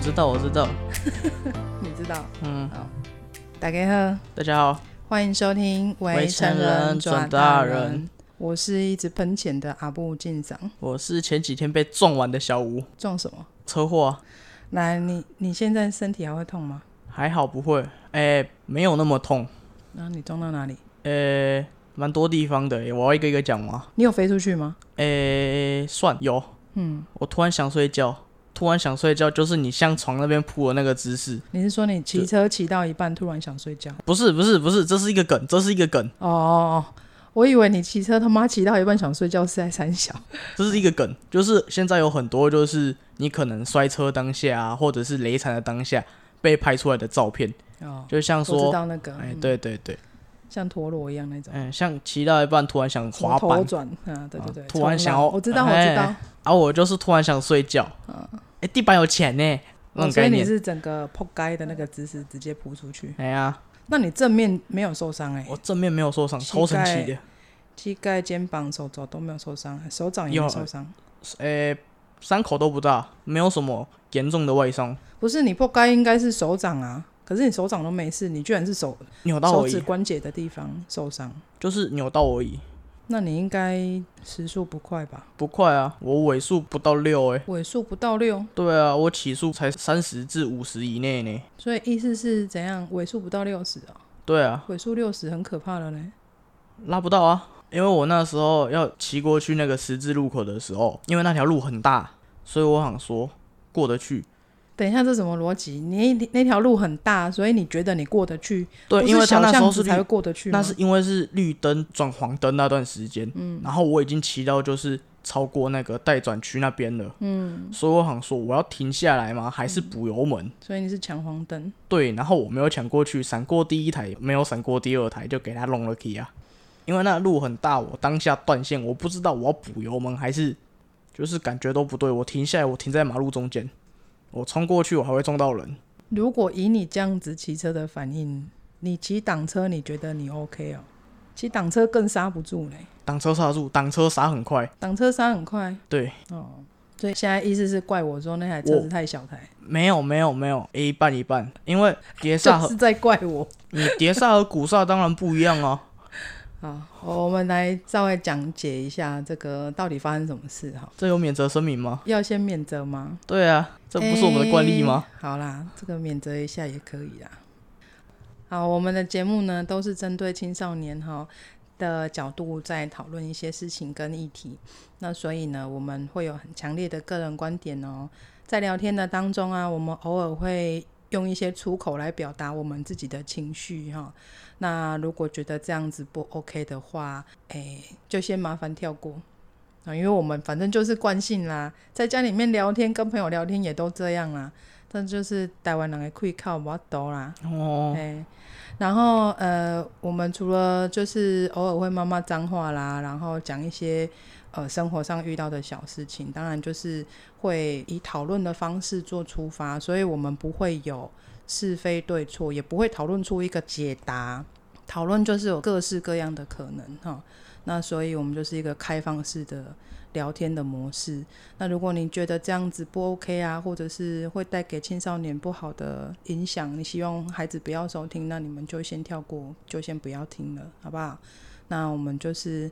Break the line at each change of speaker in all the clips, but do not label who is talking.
知道，我知道。
你知道，
嗯，
打给他，
大家好，
欢迎收听《
围
成
城
转
人转
大
大人》，
我是一直喷钱的阿布进长，
我是前几天被撞完的小吴，
中什么？
车祸啊、
来，你你现在身体还会痛吗？
还好不会，哎、没有那么痛，
然后你中到哪里？
呃、蛮多地方的、哎我要一个一个讲吗？
你有飞出去吗？
哎、算有，嗯，我突然想睡觉，突然想睡觉，就是你向床那边扑的那个姿势，
你是说你骑车骑到一半突然想睡觉？
不是，不是，不是，这是一个梗，这是一个梗，
哦哦哦，我以为你骑车他妈骑到一半想睡觉是在三小。
这是一个梗，就是现在有很多就是你可能摔车当下啊，或者是雷残的当下被拍出来的照片，
哦，
就像
我知
说，
道嗯那个，
哎，对对对，
像陀螺一样那种。
嗯，像骑到一半突然想
什么
滑
头
板，哦
转啊，对对对，
突然
冲浪
想要
我知道，我知道
哎，啊，我就是突然想睡觉，哎，地板有钱呢，那
嗯哦
种
所
概
以你
念，
是整个扑街的那个姿势直接扑出去，
哎呀，
那你正面没有受伤哎、
我正面没有受伤，
膝
超神
盖
奇的，
膝盖、肩膀、手肘都没有受伤，手掌也没
有啊
受伤。
哎，伤口都不大，没有什么严重的外伤，
不是你破该应该是手掌啊，可是你手掌都没事，你居然是手
扭到
手
而
指
已，
关节的地方受伤，
就是扭到而已，
那你应该时速不快吧？
不快啊，我尾数不到六，哎。
尾数不到六，
对啊，我起速才三十至五十以内呢。
所以意思是怎样？尾数不到六十啊，
对啊，
尾数六十很可怕了嘞。
拉不到啊，因为我那时候要骑过去那个十字路口的时候，因为那条路很大，所以我想说过得去。
等一下，这什么逻辑？你那那条路很大，所以你觉得你过得去？
对，
不
因为他
小
那时
巷
候
子
是
才会
绿，
过得去吗？
那是因为是绿灯转黄灯那段时间，嗯，然后我已经骑到就是超过那个待转区那边了，嗯，所以我想说我要停下来吗？还是
嗯
补油门？
所以你是抢黄灯。
对，然后我没有抢过去，闪过第一台，没有闪过第二台，就给他弄了 key 啊。因为那路很大，我当下断线，我不知道我要补油门还是就是感觉都不对。我停下来，我停在马路中间，我冲过去，我还会撞到人。
如果以你这样子骑车的反应，你骑挡车，你觉得你 OK 哦？骑挡车更刹不住嘞，
挡车刹住，挡车刹很快，
挡车刹很快，
对，
所以现在意思是怪我说那台车子太小台，
没有没有没有，一半一半，因为碟刹
就
和
是在怪我。
你碟刹和鼓刹当然不一样哦。
好，哦我们来稍微讲解一下这个到底发生什么事哈。
这有免责声明吗？
要先免责吗？
对啊，这不是我们的惯例吗？
诶好啦，这个免责一下也可以啦。好，我们的节目呢都是针对青少年哈的角度在讨论一些事情跟议题，那所以呢我们会有很强烈的个人观点哦。在聊天的当中啊，我们偶尔会用一些出口来表达我们自己的情绪哈。那如果觉得这样子不 OK 的话，诶，就先麻烦跳过。啊，因为我们反正就是惯性啦，在家里面聊天，跟朋友聊天也都这样啦。这就是台湾人的可以靠我抖啦，
哦，
哎、然后呃，我们除了就是偶尔会骂骂脏话啦，然后讲一些呃生活上遇到的小事情，当然就是会以讨论的方式做出发，所以我们不会有是非对错，也不会讨论出一个解答。讨论就是有各式各样的可能哈，那所以我们就是一个开放式的聊天的模式。那如果你觉得这样子不 OK 啊，或者是会带给青少年不好的影响，你希望孩子不要收听，那你们就先跳过，就先不要听了，好不好？那我们就是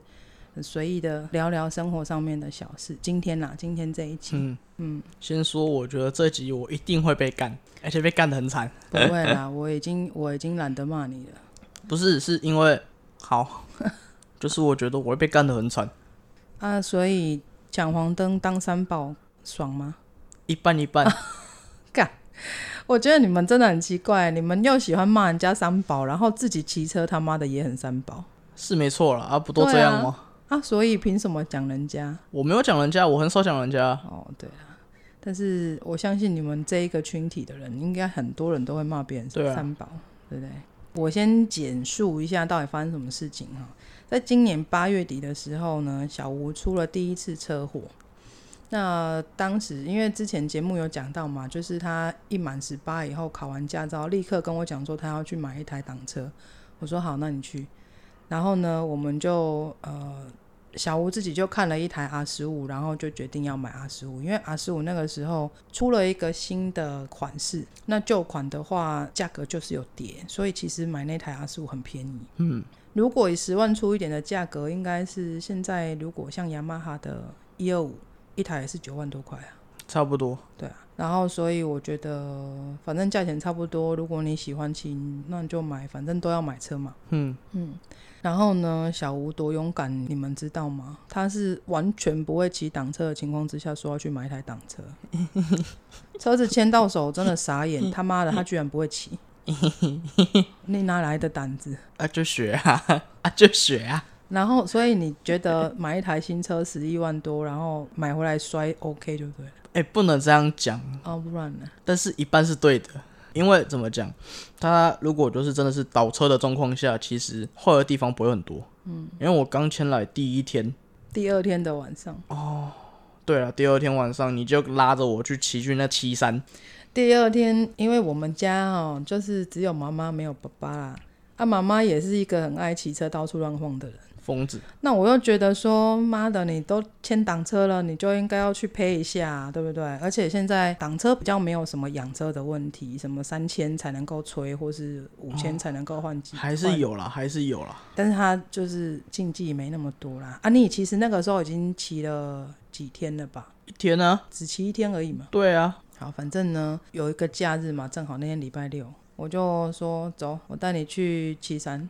很随意的聊聊生活上面的小事。今天啦，今天这一集、
嗯，嗯，先说，我觉得这集我一定会被干，而且被干得很惨。
不会啦，我已经我已经懒得骂你了。
不是，是因为好， 就是我觉得我会被干得很惨，
啊，所以抢黄灯当三宝爽吗？
一半一半。
我觉得你们真的很奇怪，你们又喜欢骂人家三宝，然后自己骑车他妈的也很三宝
是没错了啊，不都这样吗？
啊，所以凭什么讲人家？
我没有讲人家，我很少讲人家，
哦，对啦，但是我相信你们这一个群体的人，应该很多人都会骂别人
对啊
三宝，对不对？我先简述一下到底发生什么事情哈。在今年八月底的时候呢，小吴出了第一次车祸。那当时因为之前节目有讲到嘛，就是他一满十八以后考完驾照，立刻跟我讲说他要去买一台挡车。我说好，那你去。然后呢，我们就呃小吴自己就看了一台 R 十五，然后就决定要买 R 十五，因为 R 十五那个时候出了一个新的款式，那旧款的话价格就是有跌，所以其实买那台 R 十五很便宜。嗯，如果以十万出一点的价格，应该是现在如果像雅马哈的一二五一台也是九万多块啊。
差不多。
对啊，然后所以我觉得，反正价钱差不多，如果你喜欢骑，那你就买，反正都要买车嘛。
嗯
嗯。然后呢，小吴多勇敢，你们知道吗？他是完全不会骑挡车的情况之下，说要去买一台挡车，车子牵到手真的傻眼，他妈的，他居然不会骑，你哪来的胆子？
啊，就学啊， 啊就学啊，
然后，所以你觉得买一台新车十一万多，然后买回来摔 OK 就对了，
哎、不能这样讲，
哦，不然呢？
但是一半是对的，因为怎么讲，他如果就是真的是倒车的状况下，其实坏的地方不会很多。嗯，因为我刚迁来第一天，
第二天的晚上。
对了，第二天晚上你就拉着我去骑去那七山，
第二天，因为我们家哦，就是只有妈妈没有爸爸啦。啊，妈妈也是一个很爱骑车到处乱晃的人。
疯子，
那我又觉得说，妈的，你都签挡车了，你就应该要去配一下啊，对不对？而且现在挡车比较没有什么养车的问题，什么三千才能够吹，或是五千才能够换机、
嗯还是有啦，还是有啦。
但是它就是竞技没那么多啦。啊，你其实那个时候已经骑了几天了吧？
一天呢、
只骑一天而已嘛。
对啊，
好，反正呢有一个假日嘛，正好那天礼拜六，我就说走，我带你去旗山。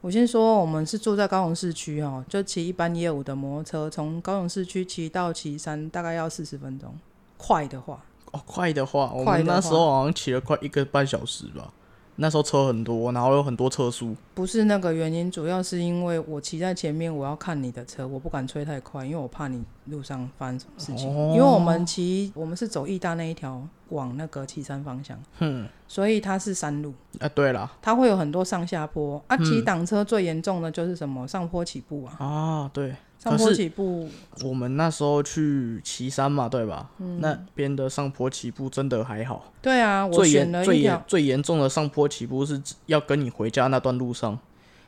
我先说，我们是住在高雄市区哦，就骑一般业务的摩托车，从高雄市区骑到旗山大概要四十分钟，快的话。
哦，快的话，我
快
们
的话
那时候好像骑了快一个半小时吧。那时候车很多，然后有很多车速，
不是那个原因，主要是因为我骑在前面，我要看你的车，我不敢吹太快，因为我怕你路上发生什么事情。
哦
因为我们骑，我们是走义大那一条往那个旗山方向，
哼
所以它是山路，
啊，对啦，
它会有很多上下坡啊。
嗯
骑挡车最严重的就是什么上坡起步啊，
啊，对，
上
可
坡
是
起步
我们那时候去岐山嘛，对吧？那边的上坡起步真的还好，
对啊，我
最
选
严
了
最
一
严
条，
最严重的上坡起步是指要跟你回家那段路上，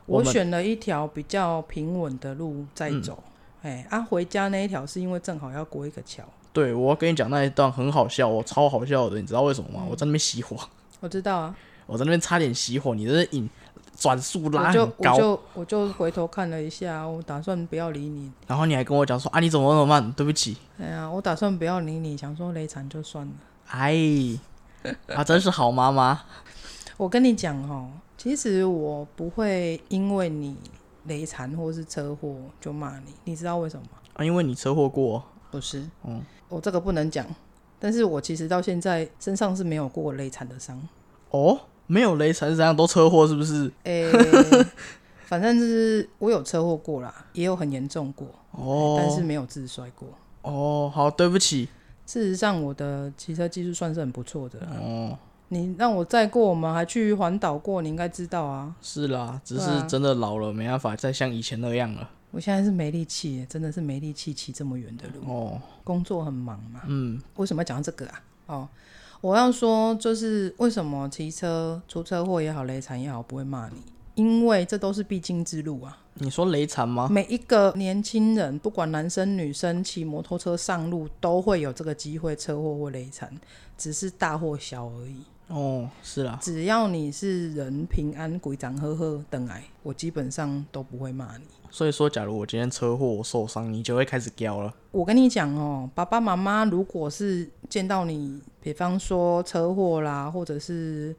我
我
们
选了一条比较平稳的路在走。
嗯
哎，啊，回家那一条是因为正好要过一个桥，
对我要跟你讲那一段很好笑，我超好笑的，你知道为什么吗？我在那边熄火，
我知道啊，
我在那边差点熄火，你这引转速拉
我
很
就我
高，
就我就回头看了一下，我打算不要理你，
然后你还跟我讲说啊你怎么那么慢？对不起，
哎呀，我打算不要理你，想说雷惨就算了。
哎，啊真是好妈妈，
我跟你讲哦，其实我不会因为你雷惨或是车祸就骂你，你知道为什么吗？
啊因为你车祸过，
不是，
嗯
我这个不能讲。但是我其实到现在身上是没有过雷惨的伤，
哦没有雷神这样都车祸是不是？
诶、反正就是我有车祸过啦，也有很严重过，但是
哦
没有自摔过。
哦好对不起，
事实上，我的骑车技术算是很不错的啦。
哦。
你让我载过，我们还去环岛过，你应该知道啊。
是啦，只
对
是
啊
真的老了，没办法再像以前那样了。
我现在是没力气耶，真的是没力气骑这么远的路，
哦，
工作很忙嘛。
嗯，
为什么要讲到这个啊？哦，我要说就是为什么骑车出车祸也好，雷惨也好，不会骂你，因为这都是必经之路啊。
你说雷惨吗？
每一个年轻人，不管男生女生，骑摩托车上路都会有这个机会车祸或雷惨，只是大或小而已。
哦，是啦，
只要你是人平安，鬼长呵呵等来，我基本上都不会骂你。
所以说，假如我今天车祸我受伤，你就会开始飙了。
我跟你讲哦，爸爸妈妈如果是见到你，比方说车祸啦，或者是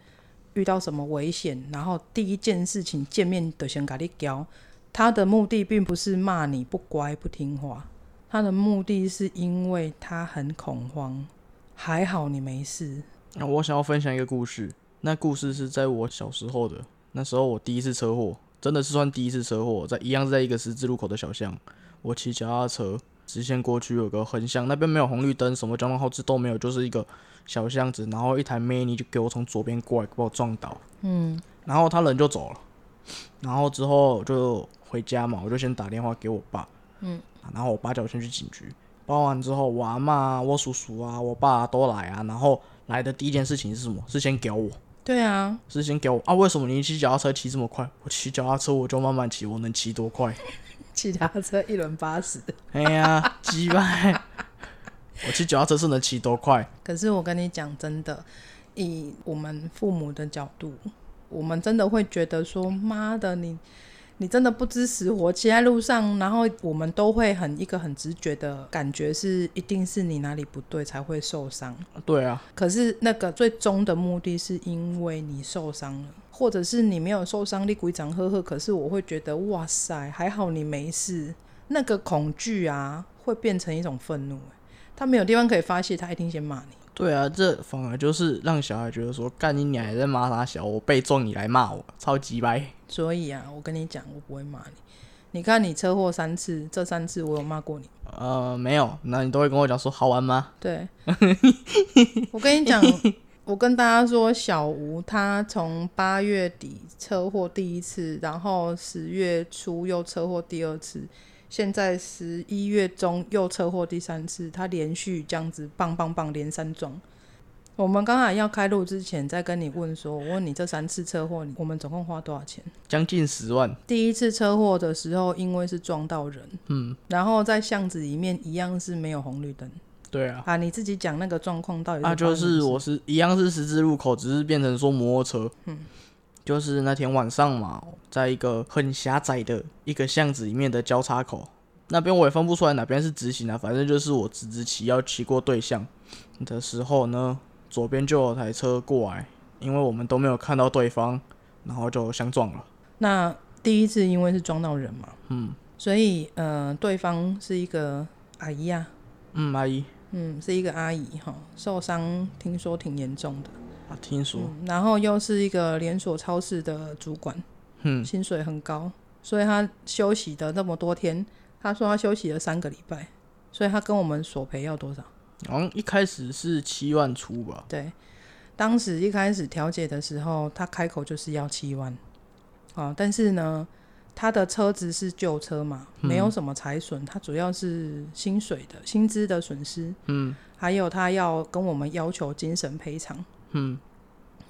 遇到什么危险，然后第一件事情见面就先跟你交，他的目的并不是骂你不乖不听话，他的目的是因为他很恐慌。还好你没事，
那、我想要分享一个故事，那故事是在我小时候的，那时候我第一次车祸，真的是算第一次车祸，在一样是在一个十字路口的小巷，我骑脚踏车直线过去，有个横向，那边没有红绿灯，什么交通号志都没有，就是一个小巷子，然后一台 mini 就给我从左边过来，把我撞倒。
嗯，
然后他人就走了，然后之后就回家嘛，我就先打电话给我爸，嗯，然后我爸叫我先去警局，报完之后，我阿妈、啊、我叔叔啊、我爸、啊、都来啊，然后来的第一件事情是什么？是先给我，
对啊，
是先给我啊？为什么你骑脚踏车骑这么快？我骑脚踏车我就慢慢骑，我能骑多快？
骑脚踏车一轮八十。
哎呀，鸡掰！我骑脚踏车是能骑多快？
可是我跟你讲真的，以我们父母的角度，我们真的会觉得说，妈的你。你真的不知死活，骑在路上，然后我们都会很一个很直觉的感觉是，一定是你哪里不对才会受伤。
对啊，
可是那个最终的目的是因为你受伤了，或者是你没有受伤，你鼓掌呵呵。可是我会觉得，哇塞，还好你没事。那个恐惧啊，会变成一种愤怒、欸他没有地方可以发泄，他一定先骂你。
对啊，这反而就是让小孩觉得说，干你娘还在骂他小，我被撞你来骂我，超鸡掰！
所以啊，我跟你讲，我不会骂你。你看你车祸三次，这三次我有骂过你。
呃，没有，那你都会跟我讲说好玩吗？
对，我跟你讲，我跟大家说，小吴他从八月底车祸第一次，然后十月初又车祸第二次，现在十一月中又车祸第三次，他连续这样子棒棒棒连三撞。我们刚才要开录之前，在跟你问说，我问你这三次车祸，你我们总共花多少钱？
将近十万，
第一次车祸的时候，因为是撞到人，嗯，然后在巷子里面一样是没有红绿灯
对啊，
啊。你自己讲那个状况到底是
啊，就
呃发生什么
是
事
我是一样是十字路口，只是变成说摩托车。嗯，就是那天晚上嘛，在一个很狭窄的一个巷子里面的交叉口，那边我也分不出来哪边是直行啊，反正就是我直直骑要骑过对象的时候呢，左边就有台车过来，因为我们都没有看到对方，然后就相撞了。
那第一次因为是撞到人嘛，嗯，所以呃，对方是一个阿姨啊，
嗯，阿姨
嗯，是一个阿姨哈，受伤听说挺严重的，
啊，听说、
嗯，然后又是一个连锁超市的主管，
嗯，
薪水很高，所以他休息的那么多天，他说他休息了三个礼拜，所以他跟我们索赔要多少？
好像一开始是七万出吧，
对，当时一开始调解的时候，他开口就是要七万，啊，但是呢，他的车子是旧车嘛，没有什么财损，他主要是薪水的薪资的损失，嗯，还有他要跟我们要求精神赔偿，
嗯，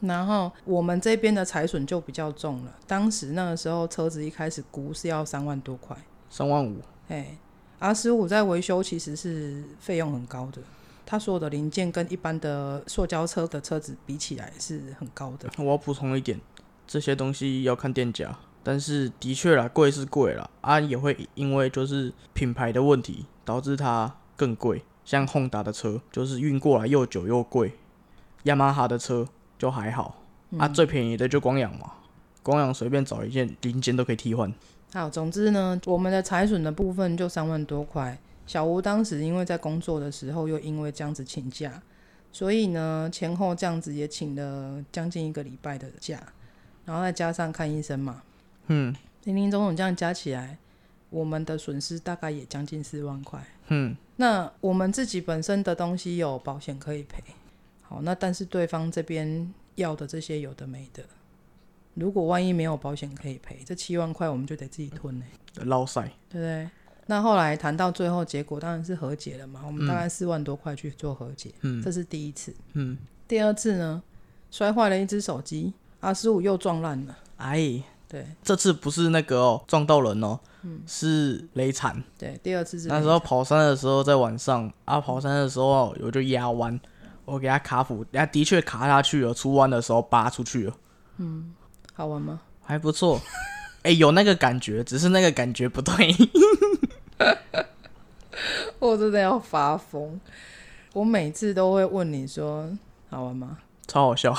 然后我们这边的财损就比较重了，当时那个时候车子一开始估是要三万多块，
三万五，
哎，R 十五在维修其实是费用很高的，它所有的零件跟一般的塑胶车的车子比起来是很高的。
我要补充一点，这些东西要看店家，但是的确啦，贵是贵啦，啊也会因为就是品牌的问题导致它更贵。像 Honda 的车就是运过来又久又贵，雅马哈的车就还好，啊最便宜的就光阳嘛，光阳随便找一件零件都可以替换。
好，总之呢，我们的财损的部分就三万多块。小吴当时因为在工作的时候又因为这样子请假，所以呢前后这样子也请了将近一个礼拜的假，然后再加上看医生嘛，
嗯
零零总总这样加起来，我们的损失大概也将近四万块。
哼，
那我们自己本身的东西有保险可以赔，好，那但是对方这边要的这些有的没的，如果万一没有保险可以赔，这七万块我们就得自己吞嘞、
捞塞，
对不对？那后来谈到最后结果当然是和解了嘛，我们大概四万多块去做和解，
嗯
这是第一次。
嗯，
第二次呢，摔坏了一只手机，阿十五又撞烂了，
哎，
对
这次不是那个哦，撞到人哦，是雷惨。
对，第二次是嗯
那时候跑山的时候在晚上啊，跑山的时候我就压弯，我给他卡腹，他的确卡下去了，出弯的时候扒出去了，
好玩吗？
还不错。 哎、有那个感觉，只是那个感觉不对。
我真的要发疯，我每次都会问你说好玩吗？
超好笑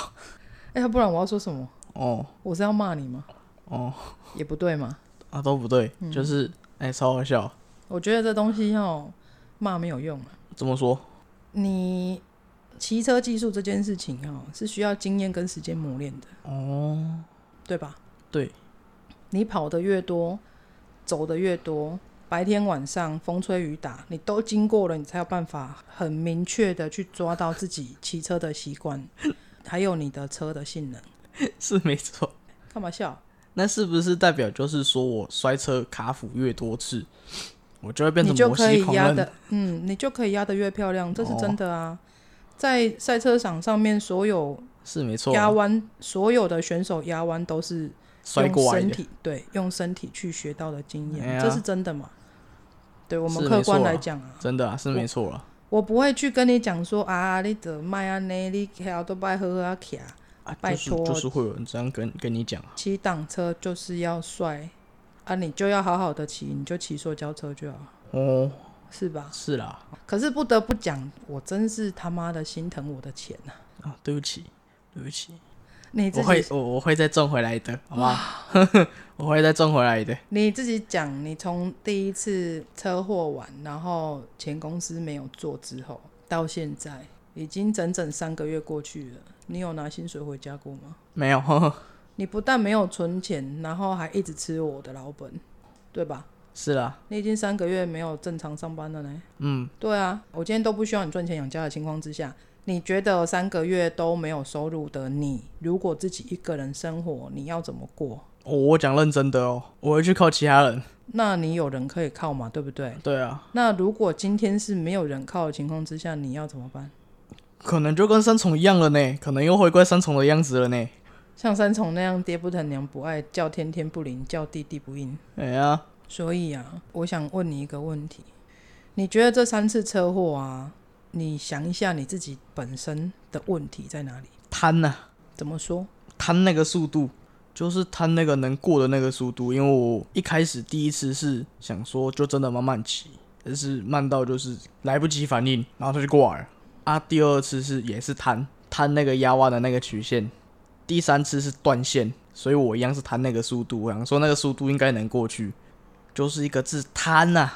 哎、呀，不然我要说什么？
哦
我是要骂你吗？
哦
也不对嘛。
啊都不对，
嗯
就是哎、超好笑。
我觉得这东西要骂没有用啊。
怎么说？
你骑车技术这件事情哦，是需要经验跟时间磨练的，
哦，
对吧？
对，
你跑得越多，走得越多，白天晚上风吹雨打，你都经过了，你才有办法很明确的去抓到自己骑车的习惯， 还有你的车的性能。
是没错。
干嘛笑？
那是不是代表就是说我摔车卡腹越多次，我就会变
你
成
就
摩
可
西
以
狂
压
人？
的，嗯，你就可以压得越漂亮，这是
哦
真的啊。在赛车场上面，所有
是没错啊，
压弯，所有的选手压弯都是
摔
用
过来
身
的。
体，对，用身体去学到的经验，
哎呀
这是真的嘛？对我们
是
客
没错
观
啊
来讲啊，
真的啊，是没错了
我不会去跟你讲说啊，你得卖啊呢，你还都拜喝啊卡，
啊，
拜
就是
托
就是会有人这样跟跟你讲啊，
骑挡车就是要帅啊，你就要好好的骑，你就骑塑胶车就好，
哦，
是吧？
是啦，
可是不得不讲，我真是他妈的心疼我的钱呐、啊！
啊，对不起，对不起，
你自
我会
己
我我会再挣回来的，好吧？ 我会再挣回来的。
你自己讲，你从第一次车祸完，然后前公司没有做之后，到现在已经整整三个月过去了，你有拿薪水回家过吗？
没有， 呵呵
你不但没有存钱，然后还一直吃我的老本，对吧？
是啦，
你已经三个月没有正常上班了呢。
嗯，
对啊，我今天都不需要你赚钱养家的情况之下，你觉得三个月都没有收入的你，如果自己一个人生活，你要怎么过？
我哦我讲认真的哦，我会去靠其他人。
那你有人可以靠嘛，对不对？
对啊，
那如果今天是没有人靠的情况之下，你要怎么办？
可能就跟三重一样了呢，可能又回归三重的样子了呢。
像三重那样，爹不疼娘不爱，叫天天不灵，叫地地不应。
哎呀，
所以啊，我想问你一个问题：你觉得这三次车祸啊，你想一下你自己本身的问题在哪里？
贪啊呐、
怎么说？
贪那个速度，就是贪那个能过的那个速度。因为我一开始第一次是想说，就真的慢慢骑，但是慢到就是来不及反应，然后他就挂了。啊，第二次是也是贪贪那个压弯的那个曲线，第三次是断线，所以我一样是贪那个速度。我想说那个速度应该能过去，就是一个字贪啊呐、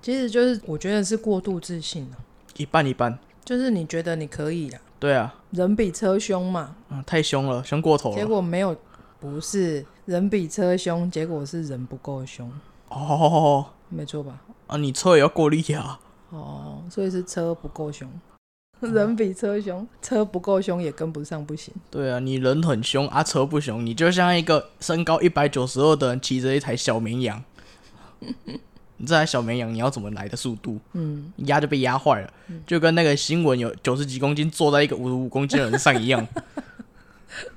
其实就是我觉得是过度自信了、啊
一半一半。
就是你觉得你可以啦，
对啊，
人比车凶嘛，
嗯，太凶了，凶过头
结
了。
果没有，不是人比车凶，结果是人不够凶，
哦，
没错吧？
啊，你车也要过力啊。
哦，所以是车不够凶， 人比车凶，车不够凶也跟不上，不行。
对啊，你人很凶啊，车不凶，你就像一个身高一百九十二的人骑着一台小绵羊。 你这台小绵羊，你要怎么来的速度？
嗯，
压就被压坏了，就跟那个新闻有九十几公斤坐在一个五十五公斤的人上一样，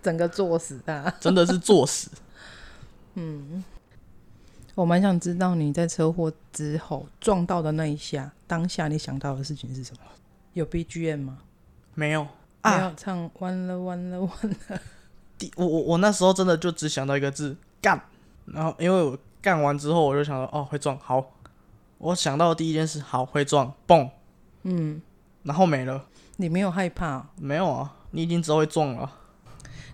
整个作死他。
真的是作死。
我蛮想知道你在车祸之后撞到的那一下，当下你想到的事情是什么？有 BGM 吗？
没有
没
啊，
有唱完了完了完了，
第我我我那时候真的就只想到一个字干，然后因为我干完之后，我就想到哦会撞，好，我想到的第一件事，好会撞，蹦，嗯，然后没了，
你没有害怕哦、
没有啊，你已经知道会撞了。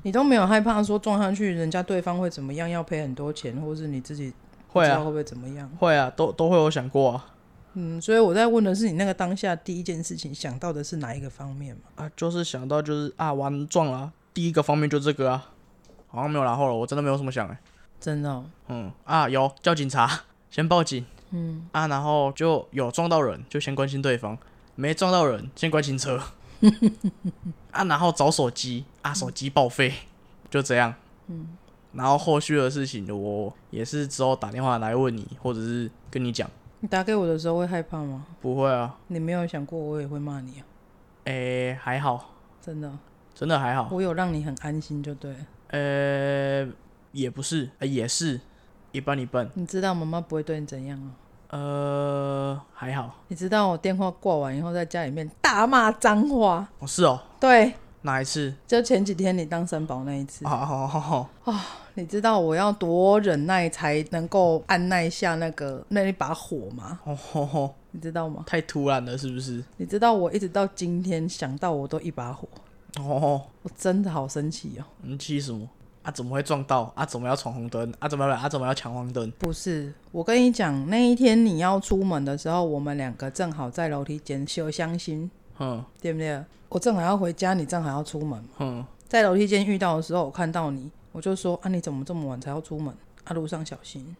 你都没有害怕说撞上去，人家对方会怎么样，要赔很多钱，或是你自己不
会
知
啊
道，会不会怎么样？
会啊，都都会有想过啊，
嗯，所以我在问的是你那个当下第一件事情想到的是哪一个方面嘛？
啊，就是想到就是啊，玩撞了啊、第一个方面就这个啊，好像没有然后了，我真的没有什么想哎、
真的哦、
嗯啊，有叫警察， 先报警，嗯啊，然后就有撞到人，就先关心对方，没撞到人，先关心 车，啊，然后找手机啊，手机报废，就这样，嗯，然后后续的事情我也是之后打电话来问你，或者是跟你讲，
你打给我的时候会害怕吗？
不会啊，
你没有想过我也会骂你啊？
诶、还好，
真的哦，
真的还好。
我有让你很安心就对了。
呃，也不是，呃、也是一般一般。
你知道妈妈不会对你怎样哦、
呃，还好。
你知道我电话挂完以后，在家里面大骂脏话。
哦，是哦，
对，
哪一次？
就前几天你当三宝那一次，
哦哦哦
你知道我要多忍耐才能够按耐下那个那一把火吗？
哦哦哦，
你知道吗？
太突然了，是不是？
你知道我一直到今天想到我都一把火，
哦哦，
我真的好生气哦！
你气什么？啊，怎么会撞到？啊，怎么要闯红灯？啊，怎么要啊，怎么要抢黄灯？
不是，我跟你讲，那一天你要出门的时候，我们两个正好在楼梯间修香心，
嗯
对不对？我正好要回家，你正好要出门嘛，
哼，
在楼梯间遇到的时候，我看到你，我就说啊，你怎么这么晚才要出门？啊，路上小心。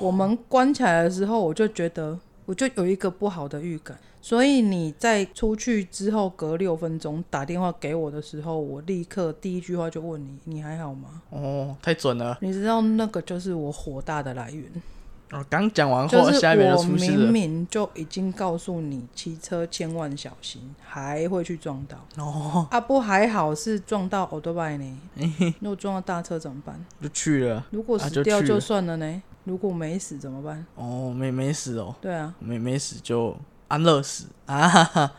我们关起来的时候，我就觉得，我就有一个不好的预感。所以你在出去之后，隔六分钟打电话给我的时候，我立刻第一句话就问你，你还好吗？
哦，太准了。
你知道那个就是我火大的来源。
哦，刚讲完后，
就是
下一秒
我
就出事
明
了。
明就已经告诉你骑车千万小心，还会去撞到
哦，
啊！不还好是撞到 o d o b i 呢，如果撞到大车怎么办？
就去了。
如果
啊
死
就
掉
去
就
了
算了呢，如果没死怎么办？
哦，没没死哦，
对啊，
没没死就安乐死啊哈哈。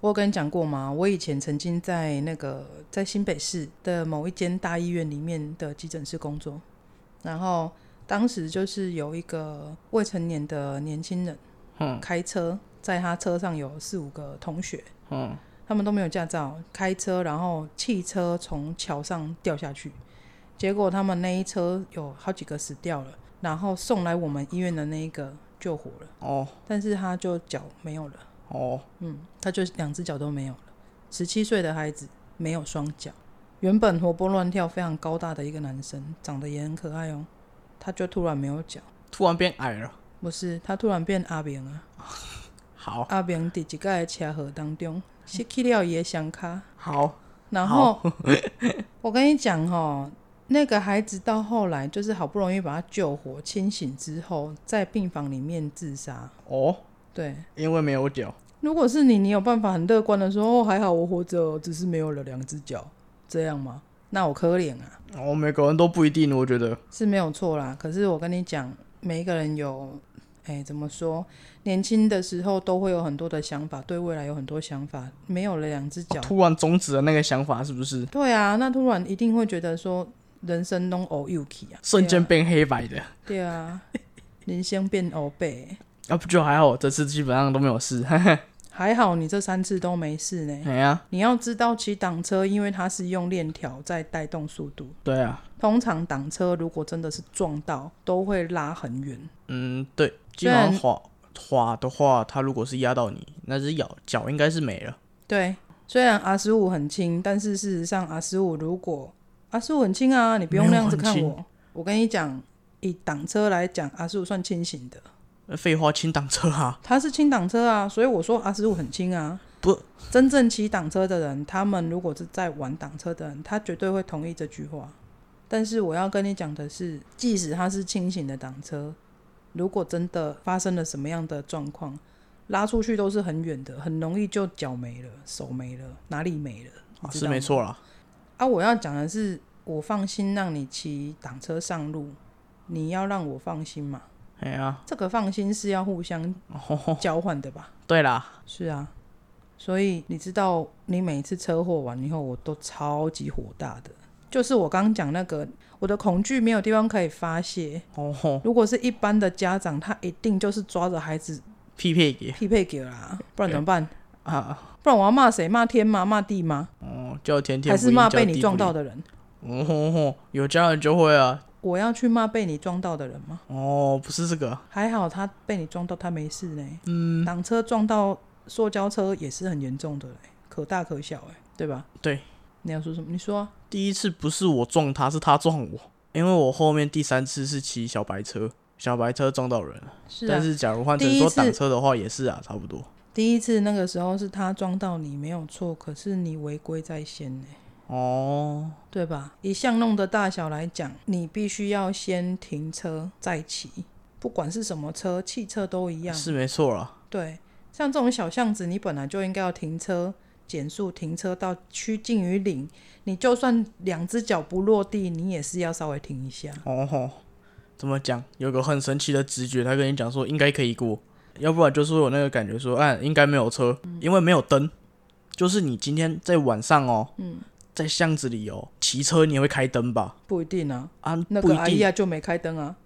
我有跟你讲过吗？我以前曾经在那个在新北市的某一间大医院里面的急诊室工作，然后当时就是有一个未成年的年轻人，
嗯
开车在他车上有四五个同学，
嗯，
他们都没有驾照，开车然后汽车从桥上掉下去，结果他们那一车有好几个死掉了，然后送来我们医院的那一个救活了，
哦
但是他就脚没有了。
哦，
嗯，他就两只脚都没有了。十七岁的孩子没有双脚，原本活蹦乱跳、非常高大的一个男生，长得也很可爱哦，他就突然没有脚。
突然变矮了。
不是，他突然变阿明啊！
好，
阿明伫一个车祸当中失去了伊的双脚，
好，
然后 我跟你讲哦，那个孩子到后来就是好不容易把他救活、清醒之后，在病房里面自杀。
哦，
对，
因为没有脚，
如果是你，你有办法很乐观的说，哦，还好我活着，只是没有了两只脚，这样吗？那我可怜啊，
哦，每个人都不一定，我觉得。
是没有错啦。可是我跟你讲，每一个人有，哎，怎么说？年轻的时候都会有很多的想法，对未来有很多想法，没有了两只 脚，
突然终止了那个想法，是不是？
对啊，那突然一定会觉得说，人生都偶有起啊，
瞬间变黑白的，
对啊，对啊人生变偶背。
啊不就还好，这次基本上都没有事。
还好你这三次都没事呢。
哎呀，
你要知道，骑挡车因为它是用链条在带动速度，
对啊，
通常挡车如果真的是撞到，都会拉很远。
嗯，对，基
虽
本
然
上滑滑的话，它如果是压到你，那只脚脚应该是没了。
对，虽然 R 十五很轻，但是事实上 R 十五如果 R 十五很轻啊，你不用那样子看
没有很
我。我跟你讲，以挡车来讲，R 十五算清醒的，
那呃废话，轻挡车 啊，
它是轻挡车啊，所以我说 R 十五很轻啊。
不，
真正骑挡车的人，他们如果是在玩挡车的人，他绝对会同意这句话。但是我要跟你讲的是，即使他是清醒的挡车，如果真的发生了什么样的状况，拉出去都是很远的，很容易就脚没了、手没了、哪里没了，
啊
你知
是
道吗
没错啦。
啊，我要讲的是，我放心让你骑挡车上路，你要让我放心嘛。
哎呀，
这个放心是要互相
哦，
交换的吧？
对啦，
是啊，所以你知道，你每次车祸完以后，我都超级火大的。就是我刚刚讲那个，我的恐惧没有地方可以发泄。
哦，
如果是一般的家长，他一定就是抓着孩子
屁屁给
匹配给啦，不然怎么办？
啊，
不然我要骂谁？骂天吗？骂地吗？
哦，叫天天
还是骂被
叫地
你
不
撞到
灵？
的人？
哦吼吼，有家人就会啊。
我要去骂被你撞到的人吗？
哦，不是这个，
还好他被你撞到，他没事呢。
嗯，
挡车撞到塑胶车也是很严重的嘞，可大可小哎，对吧？
对。
你要说什么？你说啊、
第一次不是我撞他，是他撞我，因为我后面第三次是骑小白车，小白车撞到人了。
是啊
但。是假如换成
第一
说
次
挡车的话，也是啊，差不多。
第一次那个时候是他撞到你没有错，可是你违规在先呢、
哦，
对吧？以巷弄的大小来讲，你必须要先停车再骑，不管是什么车，汽车都一样。
是没错啦。
对，像这种小巷子，你本来就应该要停车减速，停车到趋近于零，你就算两只脚不落地，你也是要稍微停一下。
哦吼，怎么讲？有个很神奇的直觉，他跟你讲说应该可以过，要不然就是会有那个感觉说，哎、应该没有车，
嗯
因为没有灯。就是你今天在晚上哦，
嗯
在巷子里哦，骑车你也会开灯吧？
不一定啊，
啊，
那
不
个
一
阿姨
定，
啊就没开灯啊。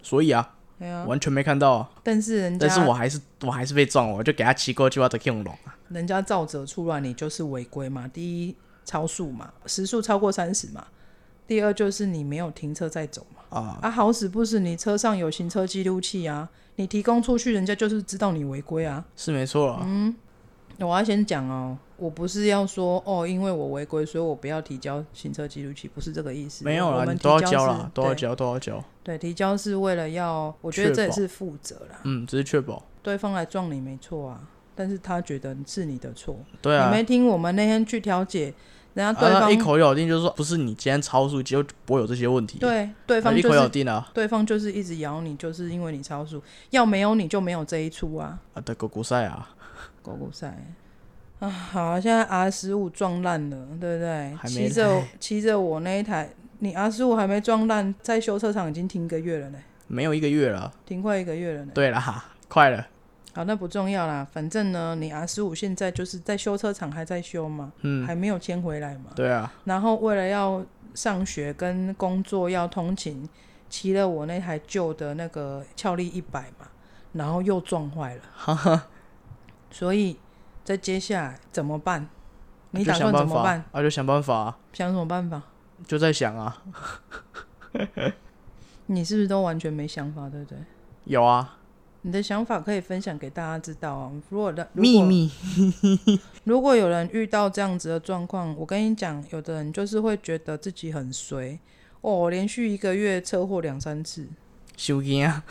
所以啊，
对啊，
完全没看到、啊。
但是人家
但是我还是我还是被撞了，我就给他骑过去，我的 King 龙啊。
人家照着出来，你就是违规嘛。第一，超速嘛，时速超过三十嘛。第二就是你没有停车再走嘛。
啊
啊，好死不死，你车上有行车记录器啊，你提供出去，人家就是知道你违规啊。
是没错啦。
我要先讲哦，我不是要说哦，因为我违规，所以我不要提交行车记录器，不是这个意思。
没有
我
啦，
们
你
提
都要
是
交啦，都要
对
交，都要交。
对，提交是为了要，我觉得
确
这也
保
是负责啦。
嗯，只是确保。
对方来撞你没错啊，但是他觉得是你的错，
对啊
你，没听我们那天去调解，人家对
啊、
方、
一口咬定就是说，不是你今天超速就不会有这些问题。啊，
对对方
一
就
口咬
是
定啊，
对方就是一直咬你，就是因为你超速，要没有你就没有这一出啊。
啊，德国国赛啊，
狗狗赛啊，好，现在 R 十五撞烂了，对不对？
还
骑
没
着骑着我那一台，你 R 十五还没撞烂，在修车厂已经停一个月了呢，
没有一个月了。
停快一个月了呢。
对啦，快了，
好，那不重要啦，反正呢，你 R 十五现在就是在修车厂还在修嘛，
嗯，
还没有迁回来嘛。
对啊，
然后为了要上学跟工作要通勤，骑了我那台旧的那个俏丽一百嘛，然后又撞坏了。 所以在接下来怎么办？你
就
打
想
算
办
怎么
法
办？
啊，就想办法啊，
想什么办法？
就在想啊，
你是不是都完全没想法，对不对？
有啊，
你的想法可以分享给大家知道啊。如果的
秘，密
如果如果有人遇到这样子的状况，我跟你讲，有的人就是会觉得自己很衰哦，连续一个月车祸两三次，
修音啊，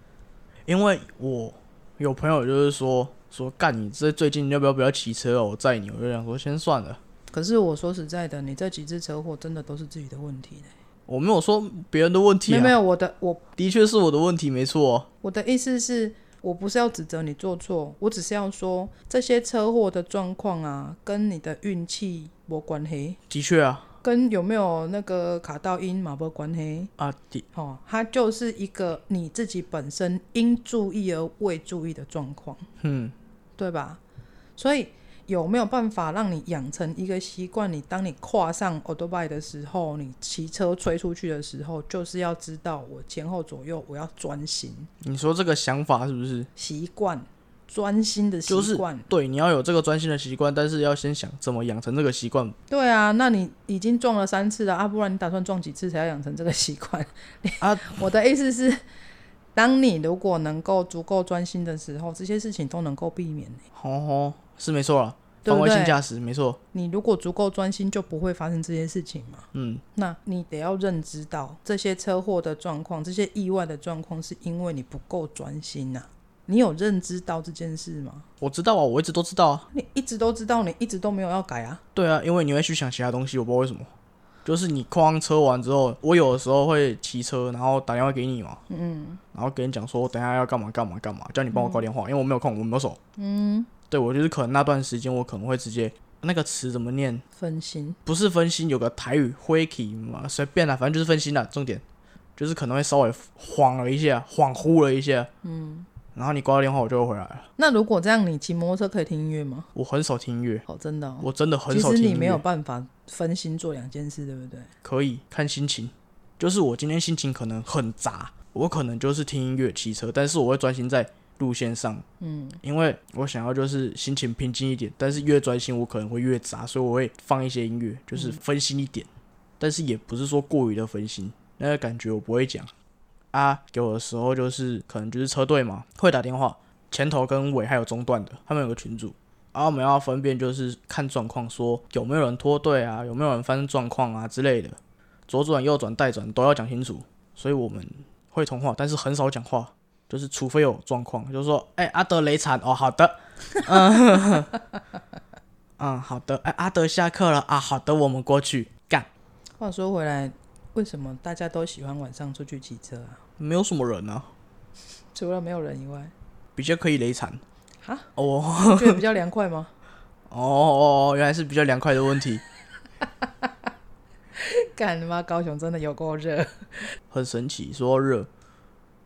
因为我有朋友就是说说干你这最近要不要不要骑车哦，我载你，我就想说先算了，
可是我说实在的，你这几次车祸真的都是自己的问题的。
我没有说别人的问题
没
啊，
有没有，我的我
的确是我的问题，没错哦、
我的意思是，我不是要指责你做错，我只是要说这些车祸的状况啊，跟你的运气没关系，
的确啊
跟有没有那个卡到音嘛没关系。
啊的
哦，它就是一个你自己本身应注意而未注意的状况，
嗯，
对吧？所以有没有办法让你养成一个习惯？你当你跨上 o d o b i 的时候，你骑车吹出去的时候，就是要知道我前后左右我要专心，
你说这个想法是不是？
习惯专心的
就是
习惯。
对，你要有这个专心的习惯，但是要先想怎么养成这个习惯。
对啊，那你已经撞了三次了啊，不然你打算撞几次才要养成这个习惯
啊？
我的意思是，当你如果能够足够专心的时候，这些事情都能够避免、
吼吼，哦是没错了，啊
对
防
不
卫性
对？
驾驶没错。
你如果足够专心，就不会发生这些事情嘛。
嗯，
那你得要认知到这些车祸的状况，这些意外的状况，是因为你不够专心呐、你有认知到这件事吗？
我知道啊，我一直都知道啊。
你一直都知道，你一直都没有要改啊。
对啊，因为你会去想其他东西，我不知道为什么。就是你框车完之后，我有的时候会骑车，然后打电话给你嘛，嗯，然后给你讲说等一下要干嘛干嘛干嘛，叫你帮我
嗯
挂电话，因为我没有空，我没有手，嗯，对我就是可能那段时间我可能会直接那个词怎么念，
分心，
不是分心，有个台语灰体嘛，随便啦，反正就是分心啦。重点就是可能会稍微晃了一下，恍惚了一下，嗯，然后你挂了电话，我就会回来了。
那如果这样，你骑摩托车可以听音乐吗？
我很少听音乐，
哦，真的、哦，
我真的很
其
少
实
听音乐。
你没有办法分心做两件事，对不对？
可以看心情，就是我今天心情可能很杂，我可能就是听音乐骑车，但是我会专心在路线上，嗯，因为我想要就是心情平静一点，但是越专心我可能会越杂，所以我会放一些音乐，就是分心一点，但是也不是说过于的分心，那个感觉我不会讲啊。有的时候就是可能就是车队嘛，会打电话，前头跟尾还有中段的，他们有个群组。然后我们要分辨，就是看状况，说有没有人脱队啊，有没有人发生状况啊之类的。左转、右转、带转都要讲清楚，所以我们会通话，但是很少讲话，就是除非有状况，就是说，哎、阿德雷惨哦，好的， 嗯，嗯，好的，哎、阿德下课了啊，好的，我们过去干，
话说回来，为什么大家都喜欢晚上出去骑车啊？
没有什么人啊，
除了没有人以外，
比较可以雷惨
哈，
哦
觉得比较凉快吗？
哦哦，原来是比较凉快的问题，
干他妈，高雄真的有够热。
很神奇，说到热。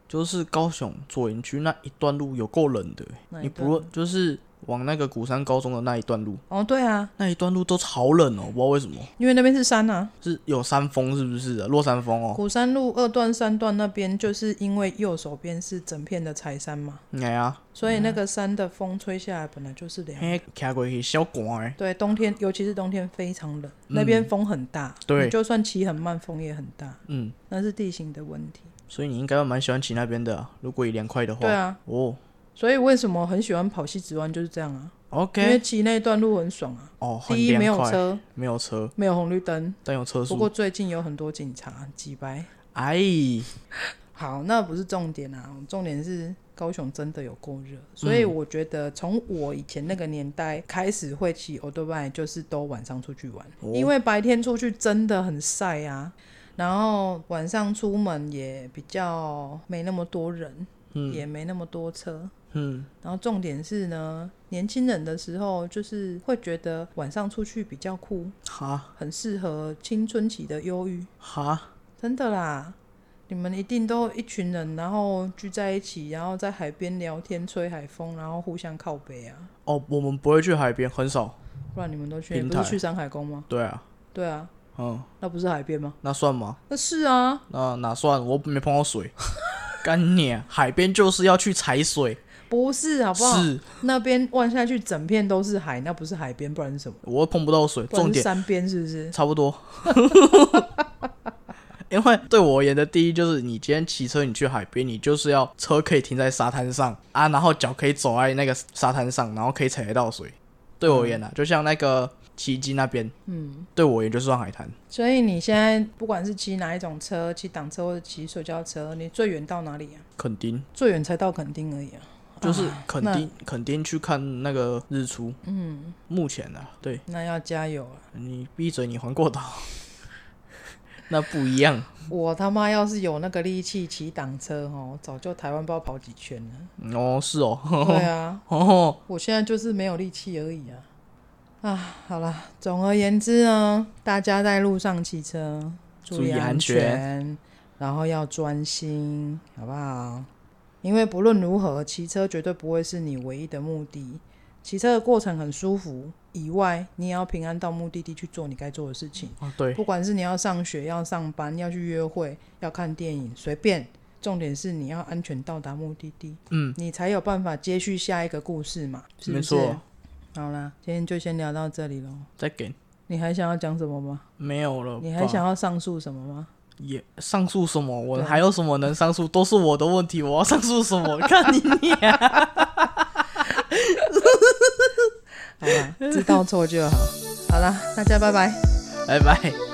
就是高雄左营区那一段路有够冷的，
哪一
你
段
不论就是往那个鼓山高中的那一段路，
哦，对啊，
那一段路都好冷哦，我不知道为什么。
因为那边是山啊，
是有山峰是不是啊？落山峰哦，
鼓山路二段、三段那边，就是因为右手边是整片的柴山嘛，
哎呀，
所以那个山的风吹下来本来就是凉。
嘿，开过去小寒诶，
对，冬天尤其是冬天非常冷，那边风很大，
对
你就算骑很慢，风也很大，
嗯，
那是地形的问题。
所以你应该蛮喜欢骑那边的啊、如果以凉快的话。
对啊，
哦
所以为什么很喜欢跑西子湾就是这样啊因为
，OK，
骑那段路很爽啊。
哦，很
第一没
凉
有
快，
车，
没有车，
没有红绿灯。
但有车
不
速。
过最近有很多警察，几白。
哎，
好，那不是重点啊，重点是高雄真的有够热，所
嗯
以我觉得从我以前那个年代开始会骑 o l d b i 就是都晚上出去玩，
哦
因为白天出去真的很晒啊，然后晚上出门也比较没那么多人，也没那么多车。
嗯，
然后重点是呢，年轻人的时候就是会觉得晚上出去比较酷，
哈
很适合青春期的忧郁。
哈，
真的啦，你们一定都一群人，然后聚在一起，然后在海边聊天、吹海风，然后互相靠北啊。
哦，我们不会去海边，很少。
不然你们都去，
平
不
台
是去山海宫吗？
对啊，
对啊，
嗯，
那不是海边吗？
那算吗？
那是啊，
那哪算？我没碰到水。 干你、啊！海边就是要去踩水，
不是好不好？
是
那边望下去，整片都是海，那不是海边，不然是什么？
我碰不到水。
不然
重
是
点
山边是不是？
差不多。 因为对我而言的第一就是，你今天骑车你去海边，你就是要车可以停在沙滩上啊，然后脚可以走在那个沙滩上，然后可以踩得到水。对我而言啊，
嗯
就像那个奇迹那边，嗯，对我而言就是算海滩。
所以你现在不管是骑哪一种车，骑挡车或者骑塑胶车，你最远到哪里啊？
垦丁
最远才到垦丁而已啊。
就是
啊
垦丁，垦、丁去看那个日出。嗯，目前啊，对
那要加油啊！
你闭嘴，你环过岛， 那不一样。
我他妈要是有那个力气骑挡车哦，早就台湾不知道跑几圈了。
嗯哦，是哦，
对啊，
哦，
我现在就是没有力气而已啊。啊，好啦，总而言之呢，大家在路上骑车
注意
意
安
安然后要专心，好不好？因为不论如何，骑车绝对不会是你唯一的目的。骑车的过程很舒服，以外，你也要平安到目的地去做你该做的事情。
哦对，
不管是你要上学、要上班、要去约会、要看电影，随便。重点是你要安全到达目的地，
嗯，
你才有办法接续下一个故事嘛，是不
没
是？
错。
好啦，今天就先聊到这里喽。
再给
你还想要讲什么吗？
没有了吧。
你还想要上诉什么吗？
也上诉什么？我
对
还有什么能上诉？都是我的问题，我要上诉什么？ 看你脸。
好啦，知道错就好。好啦，大家拜拜。
拜拜。